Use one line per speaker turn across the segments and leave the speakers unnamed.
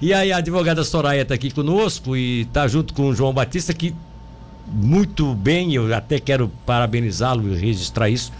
E aí a advogada Soraya está aqui conosco e está junto com o João Batista, que muito bem, eu até quero parabenizá-lo e registrar isso.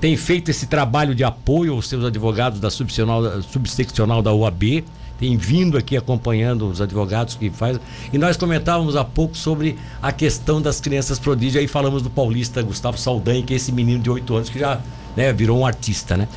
Tem feito esse trabalho de apoio aos seus advogados da subseccional, subseccional da UAB, tem vindo aqui acompanhando os advogados que faz. E nós comentávamos há pouco sobre a questão das crianças prodígio, aí falamos do paulista Gustavo Saldanha, que é esse menino de 8 anos que já né, virou um artista, né?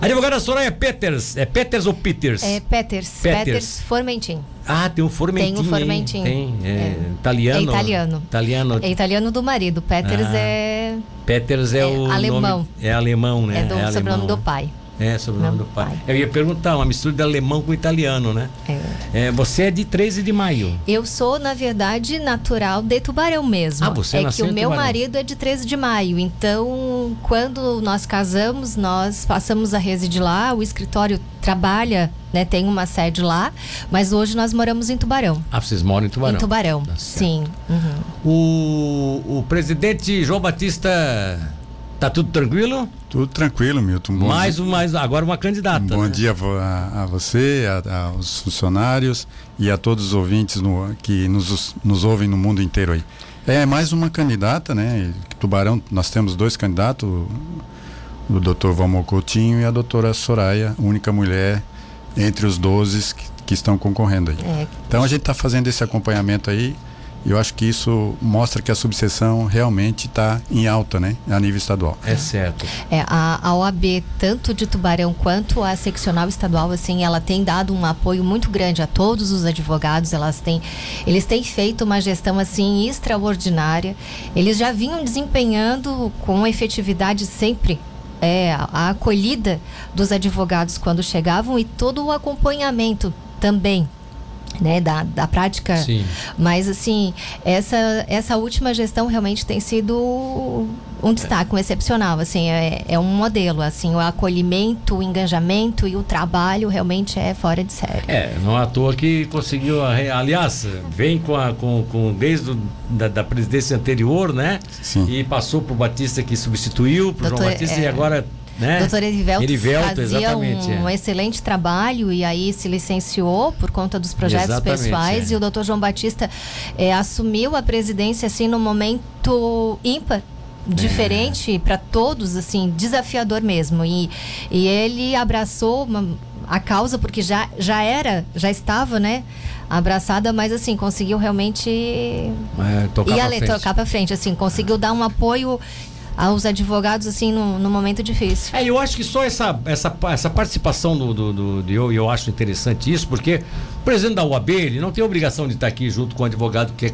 A advogada Soraya Peters, é Peters ou Peters?
É Peters, Peters,
Peters
Formentin.
Ah, tem um Formentinho.
Tem um
aí.
Formentinho.
Tem, é,
É.
italiano.
É italiano.
Italiano.
É italiano do marido, Peters
Ah.
é,
Peters é,
é
o
alemão.
nome- é alemão, né?
é do
alemão,
sobrenome do
né?
pai.
É, sobrenome
Meu
do pai.
pai.
Eu ia perguntar, uma mistura de alemão com italiano, né?
É.
É, você é de 13 de maio.
Eu sou, na verdade, natural de Tubarão mesmo.
Ah, você
é que
nasceu
o
em
meu
Tubarão.
marido é de 13 de maio. Então, quando nós casamos, nós passamos a residir lá, o escritório trabalha, né? Tem uma sede lá, mas hoje nós moramos em Tubarão.
Ah, vocês moram em Tubarão.
Em Tubarão,
Tá certo.
sim. Uhum.
O, o presidente João Batista, tá tudo tranquilo?
Tudo tranquilo, Milton. Bom
mais
dia.
um, mais agora uma candidata.
Bom
né?
dia vo- a, a você, a- aos funcionários e a todos os ouvintes no- que nos, nos ouvem no mundo inteiro aí. É mais uma candidata, né? E Tubarão, nós temos dois candidatos, o- o doutor Valmor Coutinho e a doutora Soraya, única mulher entre os 12 que, que estão concorrendo aí.
É,
Então a gente está fazendo esse acompanhamento aí e eu acho que isso mostra que a subseção realmente está em alta, né? A nível estadual.
É certo.
É, a, a OAB, tanto de Tubarão quanto a seccional estadual, assim, ela tem dado um apoio muito grande a todos os advogados, elas têm, eles têm feito uma gestão, assim, extraordinária. Eles já vinham desempenhando com efetividade sempre é, a- a acolhida dos advogados quando chegavam e todo o acompanhamento também, né, da, da prática
Sim.
mas assim, essa, essa última gestão realmente tem sido um destaque, um excepcional, assim, é, é um modelo, assim, o acolhimento, o engajamento e o trabalho realmente é fora de série.
É, não é à toa que conseguiu. a re- Aliás, vem com a, com, com, desde o, da, da presidência anterior, né?
Sim.
E passou pro Batista que substituiu, pro João
Doutor,
Batista
é,
e agora. Né?
Doutor Erivelto,
Erivelto
fazia
exatamente.
um,
é.
excelente trabalho e aí se licenciou por conta dos projetos
Exatamente,
pessoais
é.
e o doutor João Batista eh, assumiu a presidência assim num momento ímpar
É.
diferente para todos assim desafiador mesmo e, e ele abraçou uma- a causa porque já, já era já estava né abraçada mas assim conseguiu realmente
É, tocar
e
pra
ale
frente.
tocar para frente assim conseguiu dar um apoio aos advogados assim num, num momento difícil
É, eu acho que só essa, essa, pa- essa participação do, do, do- de eu, eu acho interessante isso, porque o presidente da UAB, ele não tem obrigação de estar aqui junto com o advogado que é,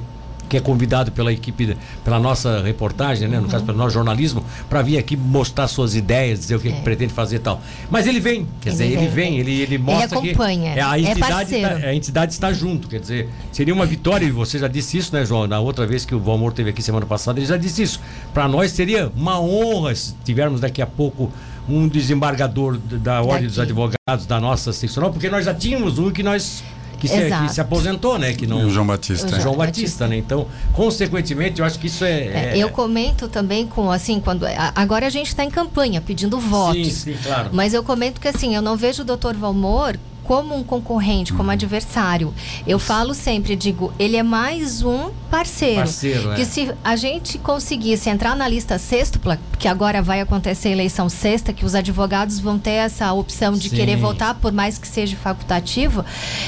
que é convidado pela equipe, da- pela nossa reportagem, né? no
Uhum.
caso, pelo nosso jornalismo, para vir aqui mostrar suas ideias, dizer o que, que pretende fazer e tal. Mas ele vem, quer
É. Ele
dizer, ele
vem.
vem, ele, ele mostra
acompanha,
que é, a
é
entidade
parceiro.
tá- a entidade está junto, quer dizer, seria uma vitória, e você já disse isso, né, João? Na outra vez que o Valmor teve aqui semana passada, ele já disse isso. Para nós seria uma honra se tivermos daqui a pouco um desembargador d- da Ordem dos
Daqui.
Advogados da nossa seccional, porque nós já tínhamos um que nós que se,
Exato.
que se aposentou, né, que não
E o João Batista.
João
João
Batista,
Batista.
né? Então, consequentemente, eu acho que isso é,
É,
é-
eu comento também com assim quando a- agora a gente está em campanha pedindo votos,
Sim, sim, claro.
mas eu comento que assim eu não vejo o Dr. Valmor como um concorrente,
Uhum.
como adversário. Eu falo sempre, digo, ele é mais um parceiro.
Parceiro, é.
que se a gente conseguisse entrar na lista sextupla, que agora vai acontecer a eleição sexta, que os advogados vão ter essa opção de
Sim.
querer votar, por mais que seja facultativo,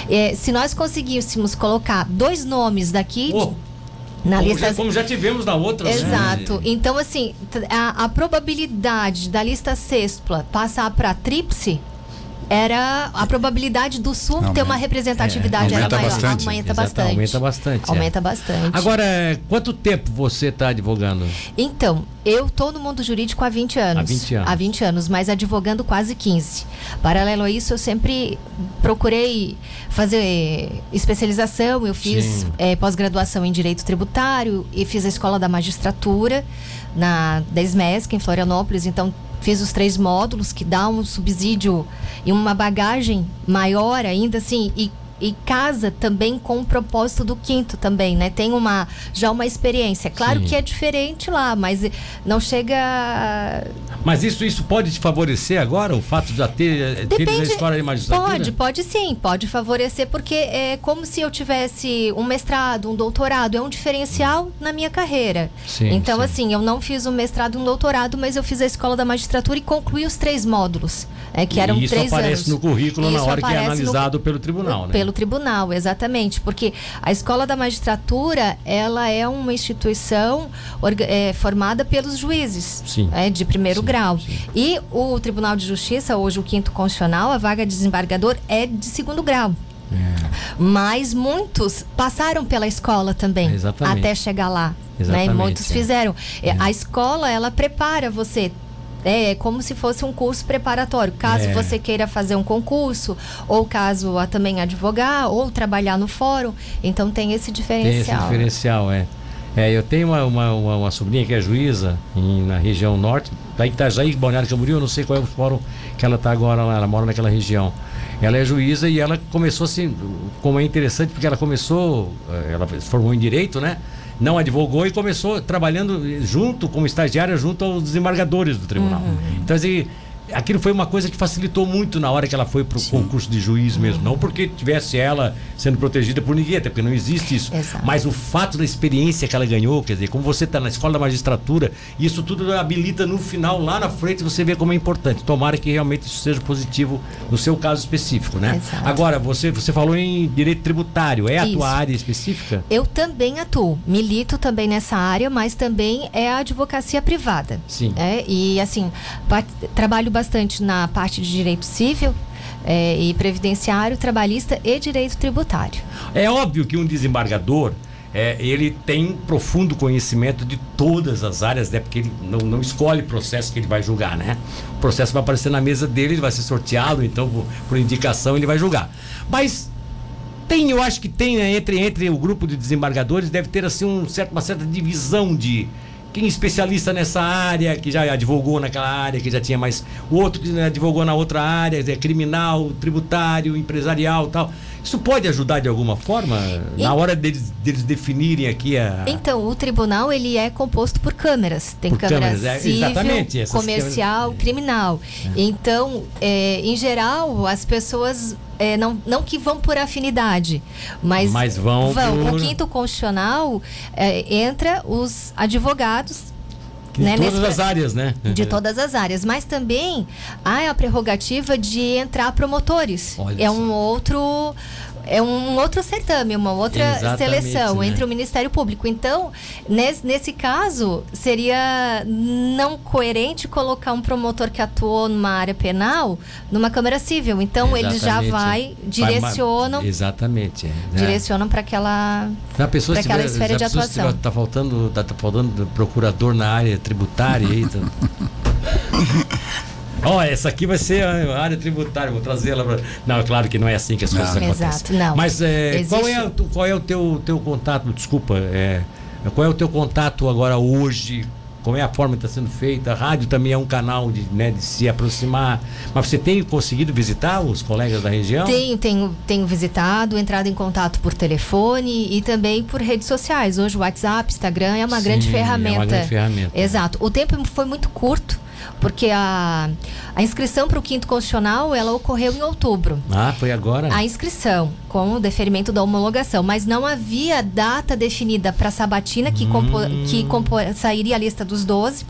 eh, se nós conseguíssemos colocar dois nomes daqui
Pô,
na
como,
lista
já, como já tivemos na outra, né?
Exato. Então, assim, t- a, a probabilidade da lista sextupla passar para tríplice era a probabilidade do Sul ter
Aumenta.
uma representatividade
É,
era
aumenta
maior.
bastante.
Aumenta
Exato,
bastante.
aumenta bastante, é.
Aumenta bastante.
Agora, quanto tempo você está advogando?
Então, eu tô no mundo jurídico há 20 anos.
Há 20 anos.
Há 20 anos, mas advogando quase 15. Paralelo a isso, eu sempre procurei fazer especialização. Eu fiz
Sim.
eh, pós-graduação em Direito Tributário e fiz a Escola da Magistratura na Desmesc, em Florianópolis. Então, fiz os três módulos que dá um subsídio e uma bagagem maior ainda, assim, e e casa também com o propósito do quinto também, né? Tem uma já uma experiência. Claro
Sim.
que é diferente lá, mas não chega. a-
Mas isso, isso pode te favorecer agora, o fato de já ter, eh, ter a história de magistratura?
Pode, pode sim, pode favorecer, porque é como se eu tivesse um mestrado, um doutorado, é um diferencial na minha carreira.
Sim,
então,
sim.
assim, eu não fiz um mestrado, um doutorado, mas eu fiz a escola da magistratura e concluí os três módulos, é, que eram
e isso
três
aparece
anos.
no currículo na
Isso
hora que é
aparece no
analisado pelo tribunal, né?
Pelo tribunal, exatamente. Porque a Escola da Magistratura, ela é uma instituição orga- eh, formada pelos juízes
Sim.
eh, de primeiro
Sim,
grau.
sim.
E o Tribunal de Justiça, hoje o quinto constitucional, a vaga de desembargador é de segundo grau.
É.
Mas muitos passaram pela escola também,
Exatamente.
até chegar lá. Né? E
Exatamente,
muitos
é.
fizeram. É, A escola, ela prepara você. É como se fosse um curso preparatório. Caso
É.
você queira fazer um concurso, ou caso a- também advogar, ou trabalhar no fórum. Então tem
Tem
esse
esse
diferencial.
diferencial, é. É, eu tenho uma, uma, uma- uma sobrinha que é juíza em- na região norte, lá em Itajaí, Balneário Camboriú, eu não sei qual é o fórum que ela está agora lá, ela mora naquela região. Ela é juíza e ela começou assim, como é interessante, porque ela começou, eh, ela se formou em Direito, né? Não advogou e começou trabalhando eh, junto, como estagiária, junto aos desembargadores do tribunal. Então, assim, aquilo foi uma coisa que facilitou muito na hora que ela foi para o concurso de juiz mesmo. Não porque tivesse ela sendo protegida por ninguém, até porque não existe isso.
Exato.
Mas o fato da experiência que ela ganhou, quer dizer, como você está na escola da magistratura, isso tudo habilita no final, lá na frente, você vê como é importante. Tomara que realmente isso seja positivo no seu caso específico, né?
Exato.
Agora, você, você falou em direito tributário, é a
Isso.
tua área específica?
Eu também atuo, milito também nessa área, mas também é a advocacia privada.
Sim.
É, e assim, pa- trabalho bastante na parte de direito civil é, e previdenciário, trabalhista e direito tributário.
É óbvio que um desembargador. é, ele tem profundo conhecimento de todas as áreas, né? Porque ele não, não escolhe o processo que ele vai julgar, né? O processo vai aparecer na mesa dele, ele vai ser sorteado, então, por, por indicação, ele vai julgar. Mas tem, eu acho que tem, né, entre, entre o grupo de desembargadores, deve ter assim um certo, uma certa divisão de quem é especialista nessa área, que já advogou naquela área, que já tinha mais. O outro que né, advogou na outra área, é criminal, tributário, empresarial tal. Isso pode ajudar de alguma forma na
Em-
hora deles, deles definirem aqui a.
Então, o tribunal ele é composto por câmeras. Tem
Ah. Por
câmera
câmeras, é,
civil,
exatamente, essas
comercial, criminal. Então, é, em geral, as pessoas é, não, não que vão por afinidade, mas,
Mas vão por-
O quinto constitucional é, entra os advogados
de
né, Então,
todas
nesse-
as áreas, né?
de todas as áreas, mas também há a prerrogativa de entrar promotores.
Olha
é
só.
um outro é um outro certame, uma outra
Exatamente,
seleção
né?
entre o Ministério Público. Então, nes- nesse, caso, seria não coerente colocar um promotor que atuou numa área penal numa Câmara Civil. Então, ele já
Exatamente.
vai, direcionam,
Vai ma- Exatamente. é, né?
direcionam para aquela
Na pessoa
Pra
se
aquela
tiver-
esfera
já
de
pessoa se tiver-
atuação.
Tá faltando, tá, tá faltando procurador na área tributária aí. tá- Ó, essa aqui vai ser a área tributária, vou trazer ela pra... Não, claro que não é assim que as coisas acontecem.
Exato, não.
Mas é,
Existe-
qual é, o tu- qual é o teu, teu contato, desculpa, é, qual é o teu contato agora hoje? Como é a forma que está sendo feita? A rádio também é um canal de, né, de se aproximar. Mas você tem conseguido visitar os colegas da região?
Tenho, tenho, tenho visitado, entrado em contato por telefone e também por redes sociais. Hoje o WhatsApp, Instagram é uma
Sim,
grande
é uma
ferramenta.
grande ferramenta. né?
Exato. O tempo foi muito curto, porque a, a inscrição para o quinto constitucional ela ocorreu em outubro.
Ah, foi agora?
A inscrição com o deferimento da homologação, mas não havia data definida para a sabatina
Hum.
que, compo- que compo- sairia a lista dos 12.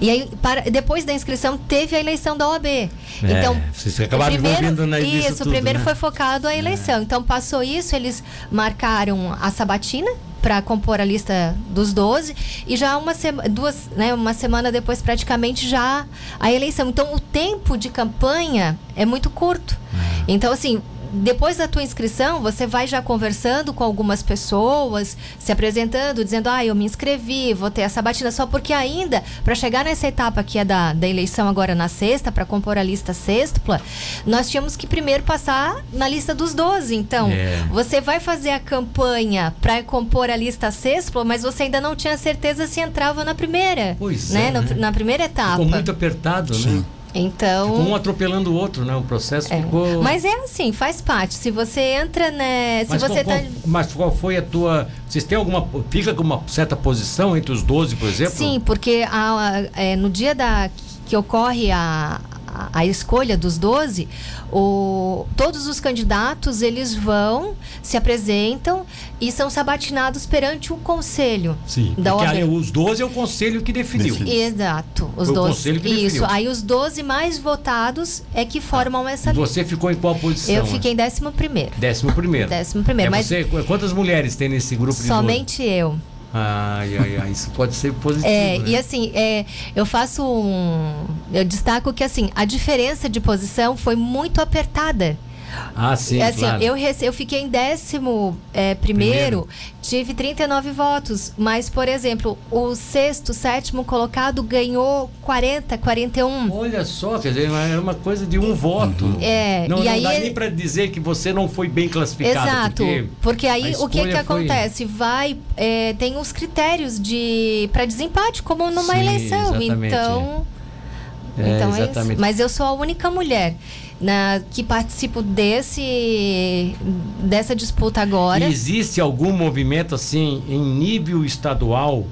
E aí, para- depois da inscrição, teve a eleição da OAB. então,
É, vocês acabaram envolvendo na- nisso
Isso,
tudo,
primeiro
né?
foi focado a eleição. Então, passou isso, eles marcaram a sabatina para compor a lista dos 12 e já uma sema, duas, né, uma semana depois praticamente já a eleição. Então, o tempo de campanha é muito curto.
É.
Então, assim, depois da tua inscrição, você vai já conversando com algumas pessoas, se apresentando, dizendo, ah, eu me inscrevi, vou ter a sabatina, só porque ainda, para chegar nessa etapa que é da, da eleição agora na sexta, para compor a lista sextupla, nós tínhamos que primeiro passar na lista dos 12. Então,
É.
você vai fazer a campanha para compor a lista sextupla, mas você ainda não tinha certeza se entrava na primeira.
Pois
né?
é,
No-
né?
Na primeira etapa.
Ficou muito apertado, né?
Então.
Um atropelando o outro, né? O processo
é.
ficou.
Mas é assim, faz parte. Se você entra, né? Se
Mas um
você
qual,
tá.
qual- mas qual foi a tua. Vocês têm alguma. Fica com uma certa posição entre os 12, por exemplo?
Sim, porque a- a- é, no dia da, que ocorre a, a- a escolha dos 12, o- todos os candidatos eles vão, se apresentam e são sabatinados perante o conselho.
Sim.
Da
porque
OAB.
ali, os 12 é o conselho que definiu.
Definiu.
Exato, os
Foi o
12.
conselho que
Isso,
definiu.
aí os 12 mais votados é que formam essa
E
lista.
Você ficou em qual posição?
Eu fiquei em 11 primeiro.
Décimo primeiro.
Décimo primeiro,
É
mas-
você- qu- quantas mulheres tem nesse grupo de 12?
Somente eu.
Ai, ai, ai, isso pode ser positivo.
É,
né?
e assim, é, eu faço um. Eu destaco que assim, a diferença de posição foi muito apertada.
Ah, sim,
É assim, ó,
claro.
eu, rece- eu fiquei em décimo é, primeiro, tive 39 votos, mas, por exemplo, o sexto, sétimo colocado ganhou 40, 41.
Olha só, quer dizer, era uma coisa de um voto.
É,
não,
e
não
aí
dá
ele-
nem pra dizer que você não foi bem classificado.
Exato,
porque
porque, aí
a
o que que
escolha foi-
acontece? Vai, é, tem os critérios de para desempate, como numa
Sim,
eleição,
exatamente,
então...
É,
então é isso.
exatamente.
Mas eu sou a única mulher na, que participo desse, dessa disputa agora.
Existe algum movimento assim em nível estadual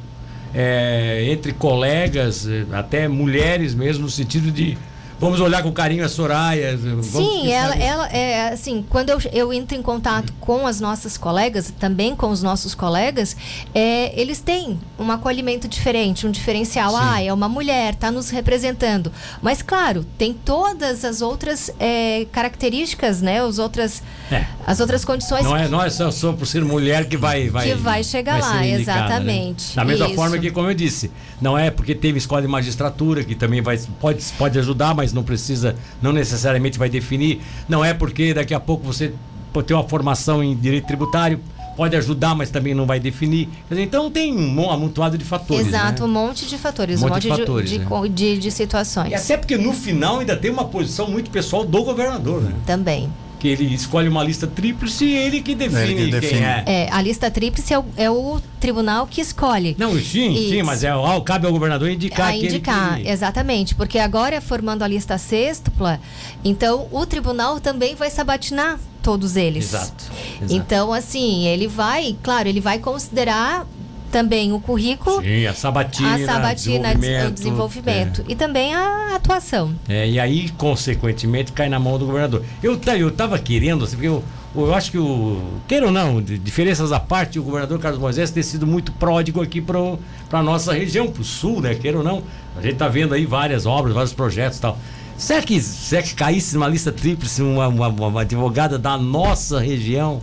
é, entre colegas, eh, até mulheres mesmo, no sentido de vamos olhar com carinho a Soraya. vamos-
Sim,
que
ela,
sabe-
ela é assim, quando eu, eu entro em
Uhum.
contato com as nossas colegas, também com os nossos colegas, é, eles têm um acolhimento diferente, um diferencial. Ah, é uma mulher, está nos representando. Mas claro, tem todas as outras é, características, né? As outras,
É.
as outras condições.
Não é, não é só, só por ser mulher que vai, vai
Que vai chegar
ser
lá,
indicada, né?
exatamente.
Da mesma
Isso.
forma que, como eu disse, não é porque teve escola de magistratura que também vai, pode, pode ajudar, mas não precisa, não necessariamente vai definir. Não é porque daqui a pouco você pode ter uma formação em direito tributário, pode ajudar, mas também não vai definir. Quer dizer, então tem um amontoado de fatores.
Exato, um
né?
monte de fatores, um
Monte
monte,
de
de,
fatores,
de
né?
co- de- de situações
E até porque no final ainda tem uma posição muito pessoal do governador, né?
também.
Que ele escolhe uma lista tríplice e ele que define, quem
define.
é.
É, a lista tríplice é o, é o tribunal que escolhe.
Não, sim, sim,
Isso.
mas é, ao- cabe ao governador indicar
a
aquele
indicar, é,
que...
exatamente, porque agora formando a lista sextupla, então o tribunal também vai sabatinar todos eles.
Exato. exato.
Então, assim, ele vai, claro, ele vai considerar também o currículo,
Sim, a sabatina,
a sabatina,
desenvolvimento,
o desenvolvimento e também a atuação.
É. É, e aí, consequentemente, cai na mão do governador. Eu, ta- eu tava querendo, assim, porque eu, eu acho que o. Queira ou não, de- diferenças à parte, o governador Carlos Moisés tem sido muito pródigo aqui pro, pra nossa região, pro sul, né? Queira ou não. A gente tá vendo aí várias obras, vários projetos e tal. Será que, será que caísse numa lista tríplice uma, uma, uma- uma advogada da nossa região?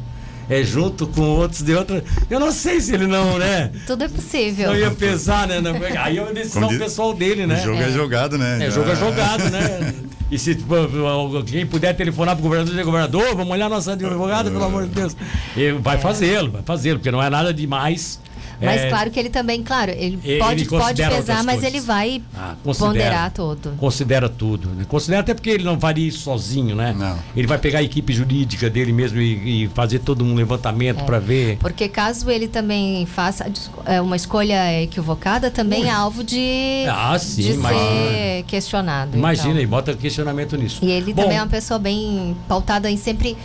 É junto com outros de outra. Eu não sei se ele não, né?
Tudo é possível.
Eu ia pensar, né? na- Aí é uma decisão
Como diz-
pessoal dele, né?
O jogo
É.
é, jogado, né?
É, jogo é jogado, né? E se tipo, alguém puder telefonar pro governador e dizer, governador, vamos olhar nossa advogada, pelo amor de Deus. E vai fazê-lo, vai fazê-lo, porque não é nada demais.
Mas
É,
claro que ele também, claro, ele,
Ele
pode, pode
considera
pesar,
outras
mas
coisas.
ele vai
Ah, considera.
ponderar todo.
Considera tudo. Né? Considera até porque ele não faria isso sozinho, né?
Não.
Ele vai pegar a equipe jurídica dele mesmo e, e fazer todo um levantamento pra ver.
É. Porque caso ele também faça desco- é, uma escolha equivocada, também é alvo de,
Ah, sim,
de
imagina.
ser questionado.
Imagina,
então.
e bota questionamento nisso.
E ele
Bom,
também é uma pessoa bem pautada em sempre.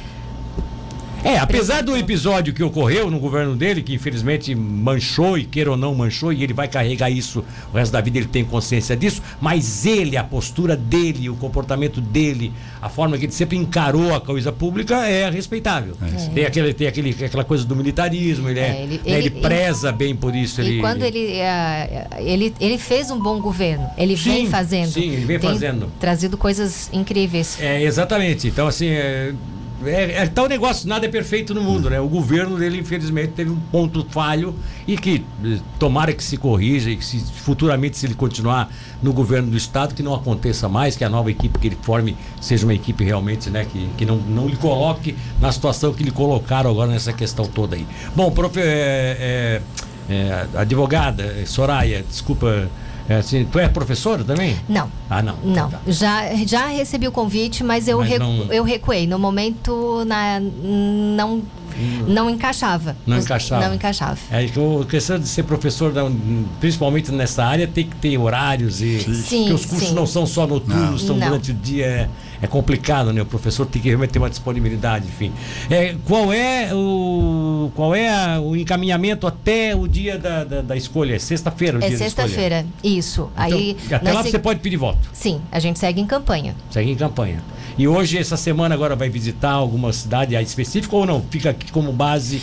É, apesar do episódio que ocorreu no governo dele, que infelizmente manchou, e queira ou não manchou, e ele vai carregar isso o resto da vida, ele tem consciência disso, mas ele, a postura dele, o comportamento dele, a forma que ele sempre encarou a coisa pública é respeitável. Tem, aquele, tem aquele, aquela coisa do militarismo, ele, é-
É, ele-
né, ele
ele-
preza bem por isso.
E quando ele, é, ele ele fez um bom governo, ele
Sim,
vem fazendo.
sim, ele vem
tem
fazendo.
Trazido coisas incríveis.
É, exatamente. Então, assim, é, é, é tal negócio, nada é perfeito no mundo, né? O governo dele, infelizmente, teve um ponto falho e que eh, tomara que se corrija e que se, futuramente, se ele continuar no governo do Estado, que não aconteça mais, que a nova equipe que ele forme seja uma equipe realmente, né? Que, que não, não lhe coloque na situação que lhe colocaram agora nessa questão toda aí. Bom, profe, eh, eh, eh, advogada, eh, Soraya, desculpa É assim, tu é professora também?
Não.
Ah, não.
Não,
Tá.
já, já recebi o convite, mas eu,
Mas
recu-
não-
eu recuei. No momento, na, não, não encaixava.
Não
Os-
encaixava.
Não encaixava.
É, que o- a questão de ser professor, da- principalmente nessa área, tem que ter horários e.
Sim,
porque os cursos
sim.
não são só noturnos,
Não.
são
Não.
durante o dia. É, é complicado, né? O professor tem que realmente ter uma disponibilidade, enfim. É, qual é, o, qual é a- o encaminhamento até o dia da, da, da escolha? É sexta-feira o
É
dia da escolha.
sexta-feira, isso.
Então,
Aí,
até
nós
lá
se-
você pode pedir voto.
Sim, a gente segue em campanha.
Segue em campanha. E hoje, essa semana, agora vai visitar alguma cidade específica ou não? Fica aqui como base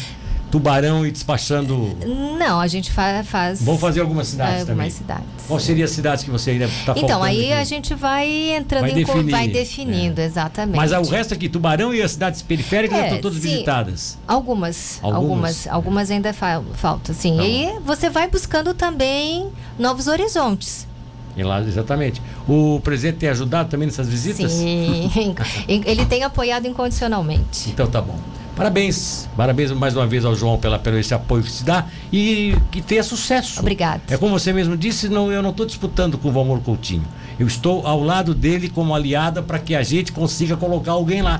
Tubarão e despachando.
Não, a gente fa- faz.
Vão fazer algumas cidades
algumas
também.
cidades.
Qual seria as cidades que você ainda tá está
então, aí a gente vai entrando
Vai
em con-
definir,
vai definindo, exatamente.
Mas ah, o resto aqui, Tubarão e as cidades periféricas
É,
estão todas
sim.
visitadas.
Algumas,
Algumas?
algumas, algumas ainda fa faltam, sim.
Tá
E você vai buscando também novos horizontes.
E lá, exatamente. O presidente tem ajudado também nessas visitas?
Sim. Ele tem apoiado incondicionalmente.
Então tá bom. Parabéns. Parabéns mais uma vez ao João pela, pelo esse apoio que se dá e que tenha sucesso.
Obrigada.
É como você mesmo disse, não, eu não estou disputando com o Valmor Coutinho. Eu estou ao lado dele como aliada para que a gente consiga colocar alguém lá.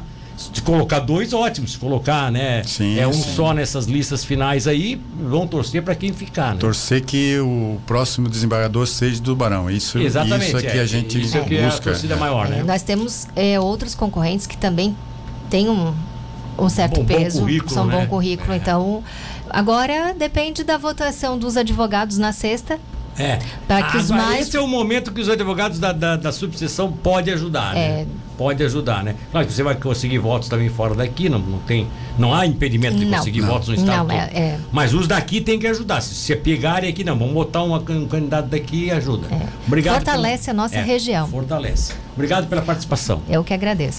Se colocar dois, ótimo. Se colocar, né?
Sim,
é um
sim.
só nessas listas finais aí, vão torcer para quem ficar, né?
Torcer que o próximo desembargador seja do Barão. Isso,
Exatamente.
isso é que a gente
isso é que é a
busca.
torcida maior, né?
É, Nós temos é, outros concorrentes que também têm um, um certo
Bom- bom
peso,
currículo,
são
né?
bom currículo. Então, agora depende da votação dos advogados na sexta.
É.
Pra que os
Agora,
mais-
Esse é o momento que os advogados da, da, da subseção podem ajudar, né?
É.
Pode ajudar, né? Claro que você vai conseguir votos também fora daqui, não, não tem. Não há impedimento de
Não.
conseguir
Não.
votos no estado.
Não, é-
todo.
é.
Mas os daqui tem que ajudar. Se, se pegarem aqui, não. Vamos botar uma- um candidato daqui e ajuda. Obrigado.
É. Fortalece a nossa região.
Fortalece. Obrigado pela participação.
Eu que agradeço.